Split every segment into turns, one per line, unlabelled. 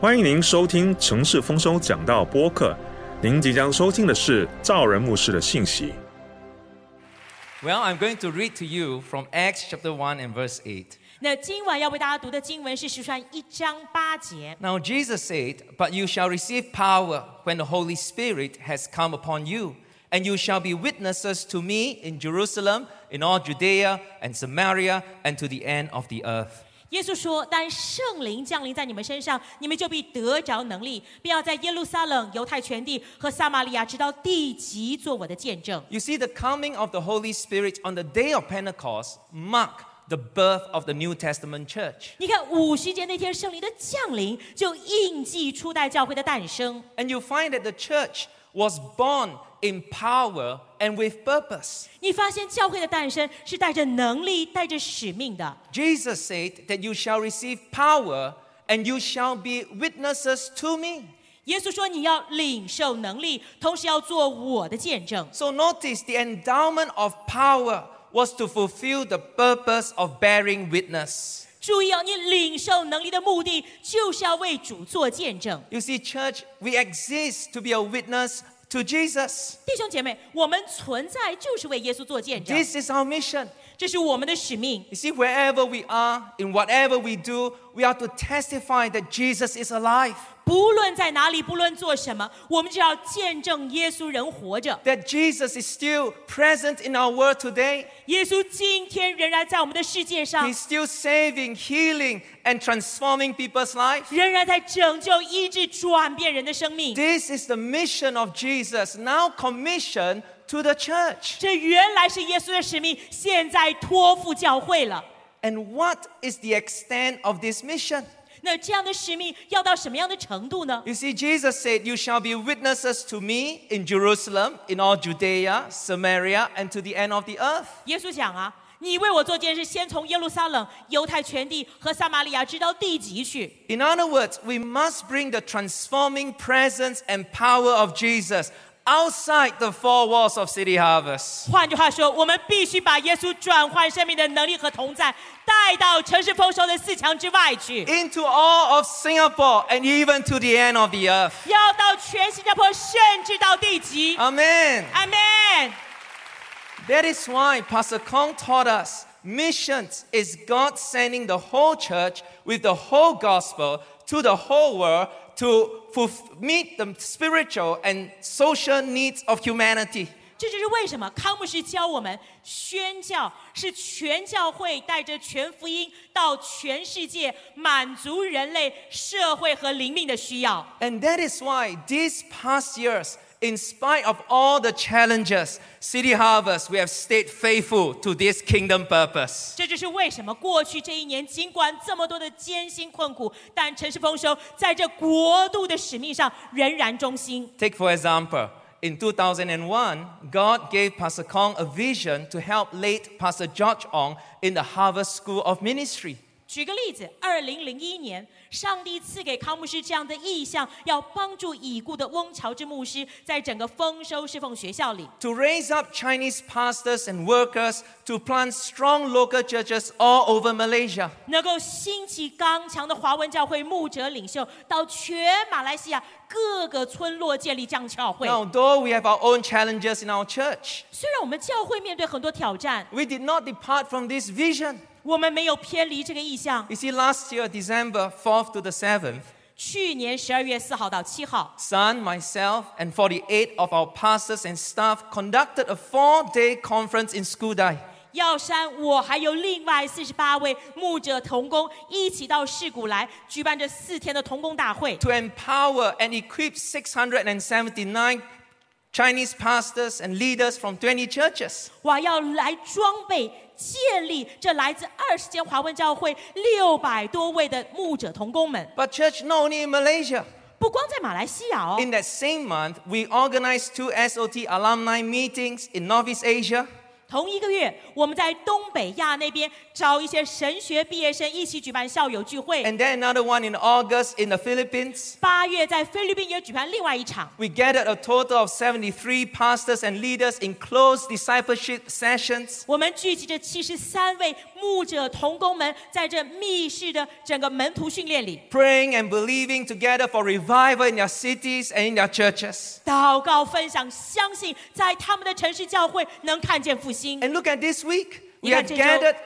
欢迎您收听《城市丰收讲道》播客。您即将收听的是赵仁牧师的信息。
Well, I'm going to read to you from Acts chapter 1 and verse 8.
那今晚要为大家读的经文是《使徒传》一章八节。
Now, Jesus said, But you shall receive power when the Holy Spirit has come upon you, and you shall be witnesses to me in Jerusalem, in all Judea and Samaria, and to the end of the earth.
耶稣说：“当圣灵降临在你们身上，你们就必得着能力，并要在耶路撒冷、犹太全地和撒玛利亚直到地极做我的见证。
You see, the coming of the Holy Spirit on the day of Pentecost marked the birth of the New Testament church. ”
你看五十节那天圣灵的降临，就印记初代教会的诞生。
And you find that the church was born in power and with purpose.
你发现教会的诞生是带着能力、带着使命的。
Jesus said that you shall receive power and you shall be witnesses to me.
耶稣说：“你要领受能力，同时要做我的见证。
So notice the endowment of power was to fulfill the purpose of bearing witness. ”
注意哦，你领受能力的目的就是要为主做见证。
You see, church, we exist to be a witness to Jesus.
弟兄姐妹，我们存在就是为耶稣做见证，
This is our mission.
这是我们的使命。
You see, wherever we are, in whatever we do, we are to testify that Jesus is alive,
不论在哪里，不论做什么，我们只要见证耶稣人活着。
that Jesus is still present in our world today.
耶稣今天仍然在我们的世界上
He's，still saving, healing, and transforming people's lives.
仍然在拯救、医治、转变人的生命。
This is the mission of Jesus, now commissioned to the church.
这原来是耶稣的使命，现在托付教会了。
And what is the extent of this mission?
那这样的使命要到什么样的程度呢？
You see, Jesus said, You shall be witnesses to me in Jerusalem, in all Judea, Samaria, and to the end of the earth.
耶稣讲啊，你为我做件事，先从耶路撒冷、犹太全地和撒玛利亚直到地极去。
In other words, we must bring the transforming presence and power of Jesus outside the four walls of City Harvest.
换句话说，我们必须把耶稣转换生命的能力和同在带到城市丰收的四强之外去，
Into all of Singapore and even to the end of the earth.
要到全新加坡，甚至到地极。
啊 Amen.
阿门。
That is why Pastor Kong taught us missions is God sending the whole church with the whole gospel to the whole world to fulf- meet the spiritual and social needs of humanity.
这就是为什么康牧师教我们宣教是全教会带着全福音到全世界，满足人类社会和灵命的需要。
And that is why these past years, in spite of all the challenges, City Harvest, we have stayed faithful to this kingdom purpose.
这就是为什么过去这一年，尽管这么多的艰辛困苦，但城市丰收在这国度的使命上仍然忠心。
Take, for example, in 2001, God gave Pastor Kong a vision to help late Pastor George Ong in the Harvest School of Ministry.
举个例子，二零零一年，上帝赐给康牧师这样的意向，要帮助已故的翁乔治牧师在整个丰收侍奉学校里，
To raise up Chinese pastors and workers to plant strong local churches all over Malaysia.
能够兴起刚强的华文教会牧者领袖，到全马来西亚各个村落建立这样教会。
Now, though we have our own challenges in our church,
虽然我们教会面对很多挑战，
we did not depart from this vision.
我们没有偏离这个意向。
You see, last year, December 4th to the 7th,
去年十二月四号到七号，
Son, myself, and 48 of our pastors and staff conducted a four day conference in Skudai.
耀山我还有另外四十八位牧者同工一起到市谷来，举办这四天的同工大会，
to empower and equip 679 Chinese pastors and leaders from 20 churches.
我要来装备建立这来自二十间华文教会六百多位的牧者同工们，
But church, not only in Malaysia.
不光在马来西亚哦，
In that same month, we organized two SOT alumni meetings in Northeast Asia.
同一个月，我们在东北亚那边招一些神学毕业生一起举办校友聚会。
And then another one in August in the Philippines.
八月在菲律宾也举办另外一场。
We gathered a total of 73 pastors and leaders in close discipleship sessions.
我们聚集着七十三位牧者同工们，在这密室的整个门徒训练里，
praying and believing together for revival in their cities and in their churches.
祷告分享，相信在他们的城市教会能看见复兴。
And look at this week. We
Yeah,
have
Jeju.
gathered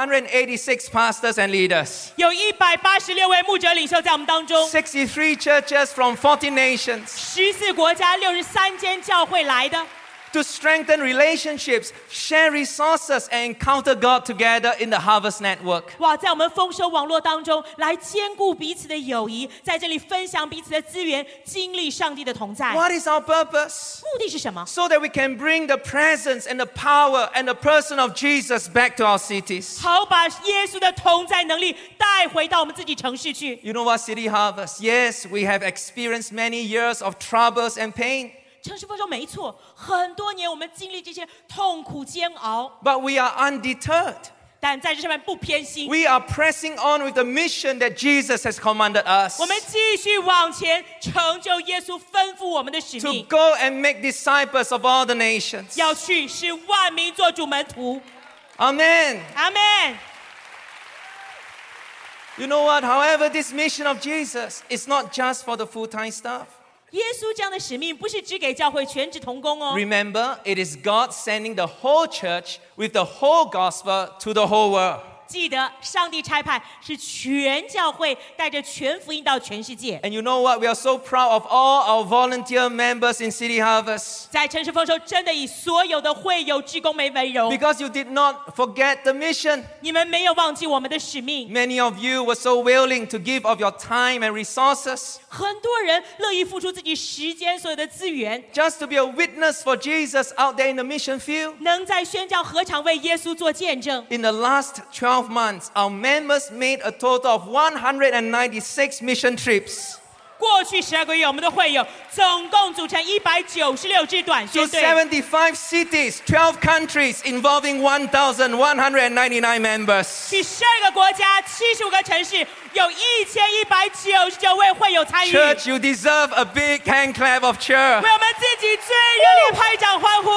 186 pastors and leaders,
有一百八十六位牧者领袖在我们当中，
63 churches from 40 nations
十四国家六十三间教会来的，
to strengthen relationships, share resources, and encounter God together in the Harvest Network.
哇，在我们丰收网络当中来兼顾彼此的友谊，在这里分享彼此的资源，经历上帝的同在。
What is our purpose?
目的是什么？
So that we can bring the presence and the power and the person of Jesus back to our cities.
好把耶稣的同在能力带回到我们自己城市去。
You know what, City Harvest? Yes, we have experienced many years of troubles and pain.
城市丰收没错，很多年我们经历这些痛苦煎熬，
But we are undeterred.
但在这上面不偏心，
We are pressing on with the mission that Jesus has commanded us
我们继续往前，成就耶稣吩咐我们的使
to
命。
go and make disciples of all the nations.
要去是万民做主门徒，
Amen.
阿门。
You know what? However, this mission of Jesus is not just for the full time staff.
耶稣这样的使命不是只给教会全职童工哦，
Remember, it is God sending the whole church with the whole gospel to the whole world.
记得上帝差派是全教会带着全福音到全世界。
And you know what? We are so proud of all our volunteer members in City Harvest
在城市丰收，真的以所有的会友、职工们为荣，
because you did not forget the mission.
你们没有忘记我们的使命。
Many of you were so willing to give of your time and resources.
很多人乐意付出自己时间、所有的资源，
just to be a witness for Jesus out there in the mission field.
能在宣教何尝为耶稣做见证？
In the last 12 months, our members made a total of 196 mission trips
过去十二个月，我们的会友总共组成一百九十六支短
to
宣队。
75 cities, 12 countries, involving 1,199 members.
去十二个国家、七十五个城市，有一千一百九十九位会友参与。
Church, you deserve a big hand clap of cheer.
为我们自己最热烈拍掌欢呼！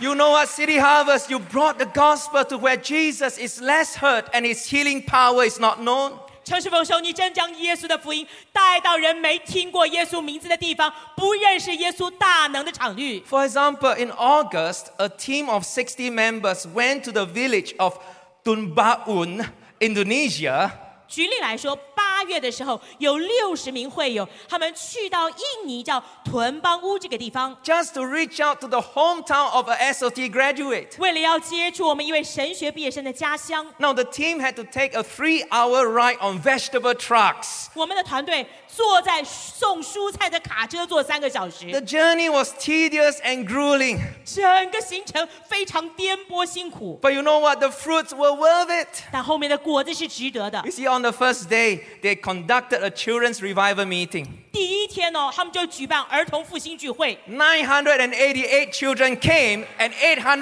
You know what, City Harvest? You brought the gospel to where Jesus is less heard and his healing power is not known.
城市丰收，你真将耶稣的福音带到人没听过耶稣名字的地方，不认识耶稣大能的场域。
For example, in August, a team of 60 members went to the village of Tunbaun, Indonesia,
举例来说，八月的时候，有六十名会友，他们去到印尼叫屯邦屋这个地方，
just to reach out to the hometown of a SOT graduate.
为了要接触我们一位神学毕业生的家乡。
Now, the team had to take a three hour ride on vegetable trucks.
我们的团队坐在送蔬菜的卡车坐三个小时。
The journey was tedious and grueling,
整个行程非常颠簸辛苦，
but you know what? The fruits were worth it.
但后面的果子是值得的
You。see, on the first day, they conducted a children's revival meeting.
第一天哦，他们就举办儿童复兴聚会，
988 children came, and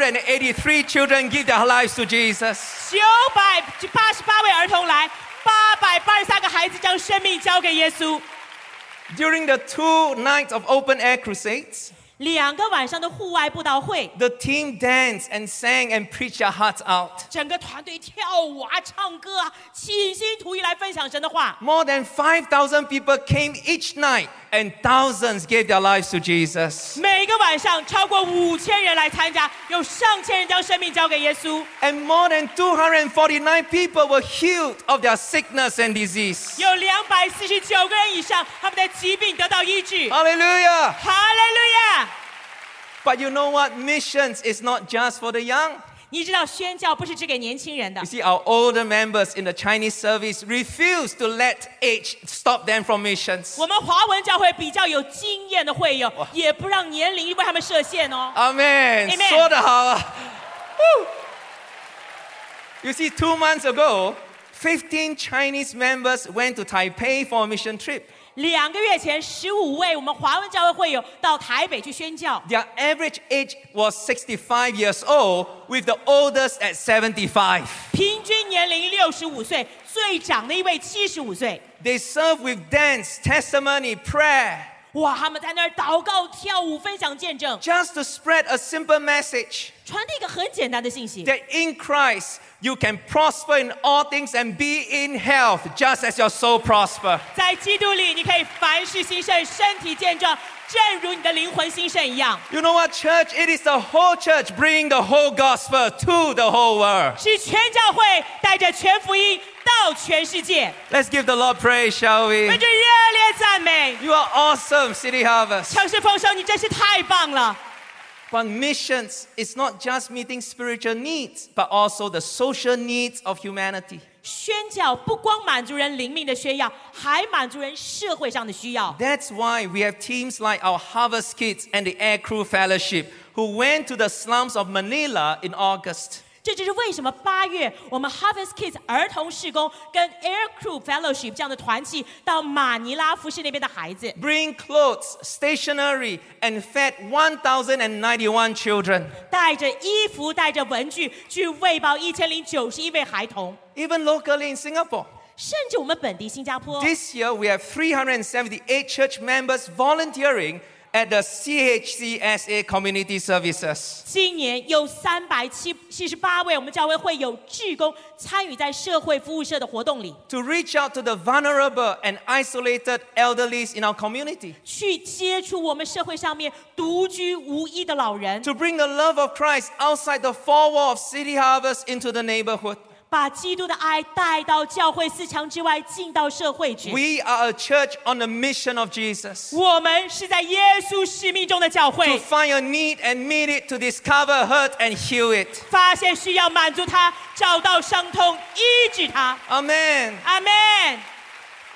883 children gave their lives to Jesus.
九百八十八位儿童来，八百八十三个孩子将生命交给耶稣。
During the two nights of open air crusades,
两个晚上的户外布道会，
the team danced and sang and preached their hearts out.
整个团队跳舞啊、唱歌啊，倾心吐意来分享神的话。
More than 5,000 people came each night, and thousands gave their lives to Jesus.
每个晚上超过五千人来参加，有上千人将生命交给耶稣，
And more than 249 people were healed of their sickness and disease.
有两百四十九个人以上，他们的疾病得到医
哦
治。
Hallelujah!
哈利路亚！
But you know what? Missions is not just for the young.
你知道宣教不是只给年轻人的
You，see, our older members in the Chinese service refuse to let age stop them from missions.
我们华文教会比较有经验的会友，也不让年龄为他们设限哦。
Amen.
Amen.
说得好啊！Woo! You see, two months ago, 15 Chinese members went to Taipei for a mission trip.
两个月前，十五位我们华文教会会友到台北去宣教，
Their average age was 65 years old, with the oldest at 75.
平均年龄六十五岁，最长的一位七十五岁。
They served with dance, testimony, prayer,
哇，他们在那儿祷告、跳舞、分享见证，
just to spread a simple message
传递一个很简单的信息：
that in Christ you can prosper in all things and be in health, just as your soul prosper.
在基督里，你可以凡事兴盛，身体健壮，正如你的灵魂兴盛一样。
You know what, church? It is the whole church bringing the whole gospel to the whole world.
是全教会带着全福音到全世界，
Let's give the Lord praise, shall
那
we?
就热烈赞美。
You are awesome, City Harvest.
城市丰收，你真是太棒了！
But missions is not just meeting spiritual needs, but also the social needs of humanity.
宣教不光满足人灵命的需要，还满足人社会上的需要。
That's why we have teams like our Harvest Kids and the Air Crew Fellowship, who went to the slums of Manila in August.
这就是为什么八月我们 Harvest Kids 儿童事工跟 Air Crew Fellowship 这样的团契到马尼拉服饰那边的孩子，
Bring clothes, stationery, and fed 1,091 children.
带着衣服、带着文具去喂饱一千零九十一位孩童，
Even locally in Singapore.
甚至我们本地新加坡。
This year, we have 378 church members volunteering at the CHCSA Community Services.
今年有三百七七十八位我们教会会有志工参与在社会服务社的活动里，
to reach out to the vulnerable and isolated elderly in our community,
去接触我们社会上面独居无依的老人，
to bring the love of Christ outside the four walls of City Harvest into the neighborhood.
把基督的爱带到教会四墙之外，进到社会去。
We are a church on the mission of Jesus
我们是在耶稣使命中的教
to
会，
find a need and meet it, to discover hurt and heal it.
发现需要满足他，找到伤痛，医治他。
Amen.
阿门。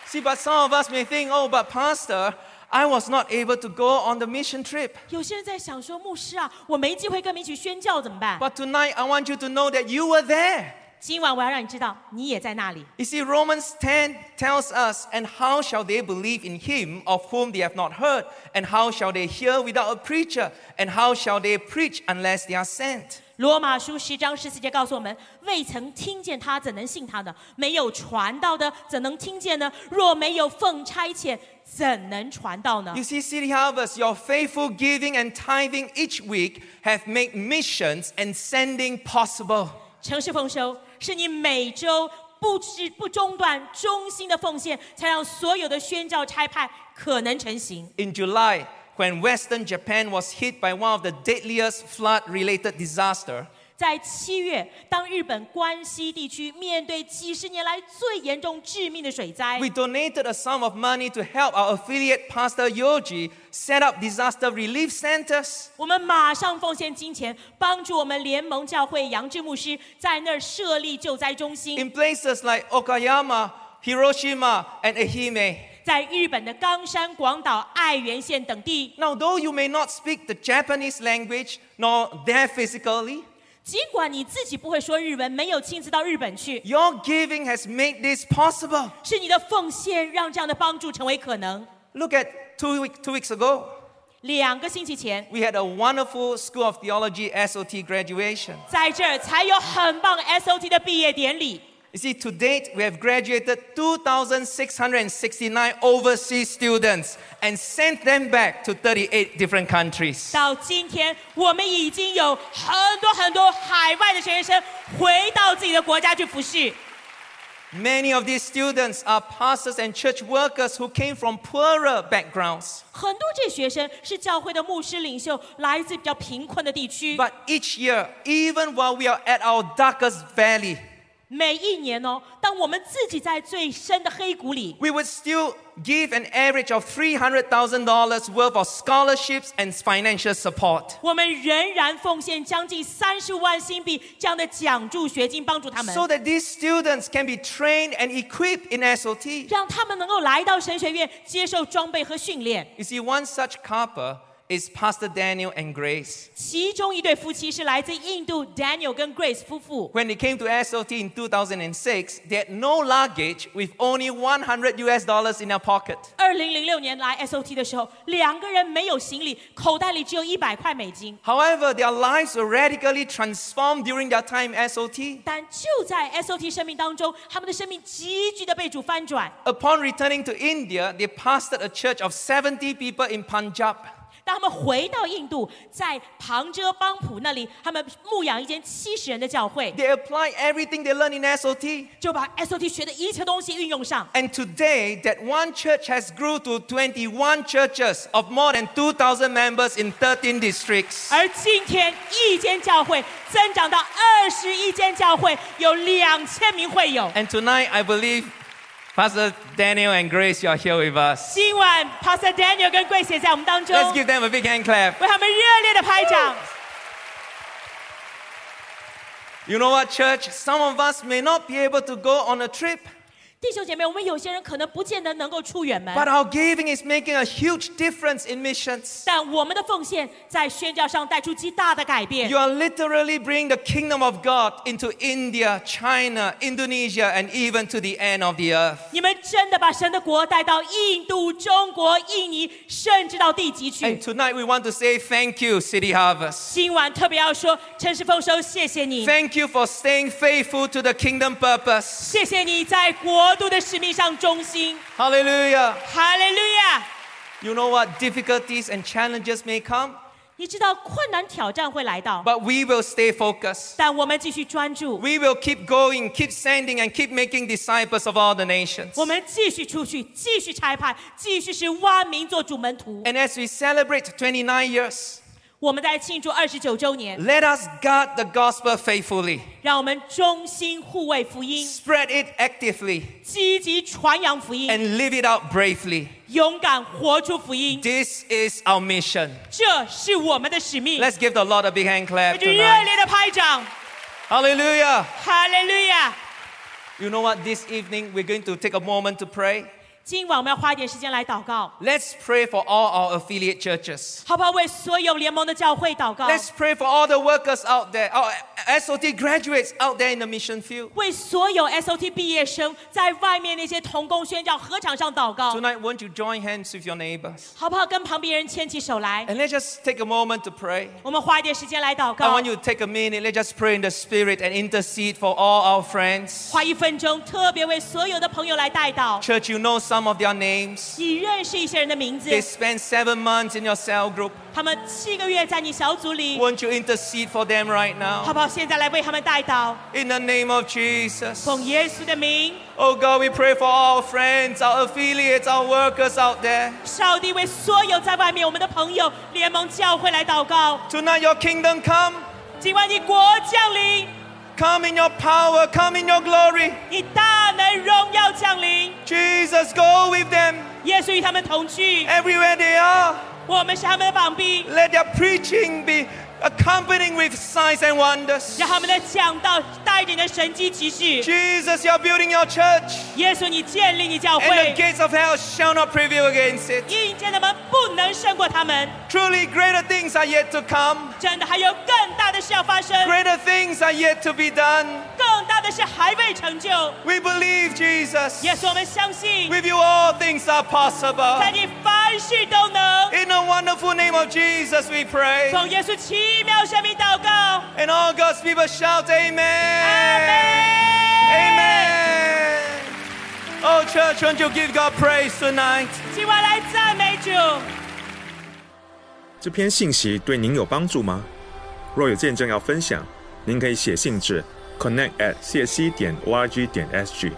See, but some of us may think, oh, but Pastor, I was not able to go on the mission trip.
有些人在想说，牧师啊，我没机会跟你一起宣教怎么办？
But tonight, I want you to know that you were there.
今晚我要让你知道，你也在那里。
You see, Romans 10 tells us, and how shall they believe in him of whom they have not heard? And how shall they hear without a preacher? And how shall they preach unless they are sent?
罗马书十章十四节告诉我们：未曾听见他，怎能信他呢？没有传道的，怎能听见呢？若没有奉差遣，怎能传道呢
You？see, City Harvest, your faithful giving and tithing each week have made missions and sending possible.
城市丰收是你每周不知不中断、忠心的奉献，才让所有的宣教差派可能成行。
In July, when Western Japan was hit by one of the deadliest flood related disaster,
在七月，当日本关西地区面对几十年来最严重、致命的水灾，
We donated a sum of money to help our affiliate Pastor Yoji set up disaster relief centers.
我们马上奉献金钱，帮助我们联盟教会杨志牧师在那儿设立救灾中心，
in places like Okayama, Hiroshima, and Ehime.
在日本的冈山、广岛、爱媛县等地。
Now, though you may not speak the Japanese language nor there physically,
尽管你自己不会说日文，没有亲自到日本去，
your giving has made this possible.
是你的奉献让这样的帮助成为可能。
Look at two, week, two weeks ago,
两个星期前，
we had a wonderful School of Theology SOT graduation.
在这儿才有很棒 SOT 的毕业典礼。
You see, to date, we have graduated 2,669 overseas students and sent them back to 38 different countries.
到今天，我们已经有很多很多海外的学生回到自己的国家去服侍。
Many of these students are pastors and church workers who came from poorer backgrounds.
很多这学生是教会的牧师领袖，来自比较贫困的地区。
But each year, even while we are at our darkest valley,
每一年哦，当我们自己在最深的黑谷里，
we would still give an average of $300,000 worth of scholarships and financial support.
我们仍然奉献将近三十万新币这样的奖助学金，帮助他们，
So that these students can be trained and equipped in SOT.
让他们能够来到神学院接受装备和训练。
You see, one such couple is Pastor Daniel and Grace.
其中一对夫妻是来自印度 Daniel 跟 Grace 夫妇。
When they came to SOT in 2006, they had no luggage with only 100 US dollars in their pocket.
二零零六年来 SOT 的时候，两个人没有行李，口袋里只有一百块美金。
However, their lives were radically transformed during their time SOT.
但就在 SOT 生命当中，他们的生命急剧的被主翻转。
Upon returning to India, they pastored a church of 70 people in Punjab.
当他们回到印度，在旁遮邦普那里，他们牧养一间七十人的教会，
They applied everything they learned in SOT.
就把 SOT 学的一切东西运用上。
And today, that one church has grew to 21 churches of more than 2,000 members in 13 districts.
而今天，一间教会增长到二十一间教会，有两千名会友。
And tonight, I believe Pastor Daniel and Grace, you are here with us.
今晚，Pastor Daniel 跟贵姐在我们当中，
Let's
为
give them a big hand clap.
他们热烈的拍掌。
You know what, church? Some of us may not be able to go on a trip,
弟兄姐妹，我们有些人可能不见得能够出远门，
but our giving is making a huge difference in missions.
但我们的奉献在宣教上带出极大的改变
You。are literally bringing the kingdom of God into India, China, Indonesia, and even to the end of the earth.
你们真的把神的国带到印度、中国、印尼，甚至到地极
And
去。
tonight, we want to say thank you, City Harvest.
今晚特别要说，陈世丰收，谢谢你，
Thank you for staying faithful to the kingdom purpose.
谢谢你在国度的使命上忠心。
Hallelujah.
哈利路亚！
You know what? Difficulties and challenges may come,
你知道困难挑战会来到，
but we will stay focused.
但我们继续专注，
We will keep going, keep sending, and keep making disciples of all the nations.
我们继续出去，继续差派，继续是万民做主门徒。
And as we celebrate 29 years,
我们在庆祝二十九周年，
let us guard the gospel faithfully,
让我们忠心护卫福音，
spread it actively,
积极传扬福音，
and live it out bravely.
勇敢活出福音，
This is our mission.
这是我们的使命。
Let's give the Lord a big hand
那
clap
就热
tonight.
烈的拍掌，
Hallelujah.
哈利路亚！
You know what? This evening, we're going to take a moment to pray.
今晚我们要花一点时间来祷告，
Let's pray for all our affiliate churches.
好不好？为所有联盟的教会祷告，
Let's pray for all the workers out there, our SOT graduates out there in the mission field.
为所有 SOT 毕业生在外面那些童工宣教合场上祷告，
Tonight, won't you join hands with your neighbors?
好不好？跟旁边人牵起手来，
And let's just take a moment to pray.
我们花一点时间来
I
祷告
want，you to take a minute, let's just pray in the spirit and intercede for all our friends.
花一分钟，特别为所有的朋友来带祷。
Church, you know some of their names.
你认识一些人的名字，
They spent seven months in your cell group.
他们七个月在你小组里，
Won't you intercede for them right
好
now?
不好？现在来为他们带祷，
In the name of Jesus.
奉耶稣的名，
Oh God, we pray for all our friends, our affiliates, our workers out there.
上帝为所有在外面我们的朋友、联盟、教会来祷告。
Tonight, your kingdom come.
今晚你国降临，
Come in your power, come in your glory.
你大能荣耀降临，
Jesus, go with them
耶稣与他们同去，
everywhere they are.
我们是他们的膀臂，
Let their preaching be accompanied with signs and wonders.
让他们的讲道带着你的神机骑士。
Jesus, you're building your church,
耶稣，你建立你教
and
会
the，gates of hell shall not prevail against it.
遇见他们不能胜过他们，
Truly, greater things are yet to come,
真的还有更大的事要发生，
greater things are yet to be done.
更大的事还未成就。
We believe, Jesus.
耶稣，我们相信，
With you, all things are possible.
在你凡事都能。
In the wonderful name of Jesus, we pray.
奉耶稣奇妙圣名祷告，
And all God's people shout, Amen. Amen. Oh, church, won't you give God praise tonight?
今晚来赞美主。
这篇信息对您有帮助吗？若有见证要分享，您可以写信至 connect at 谢西点 org 点 sg，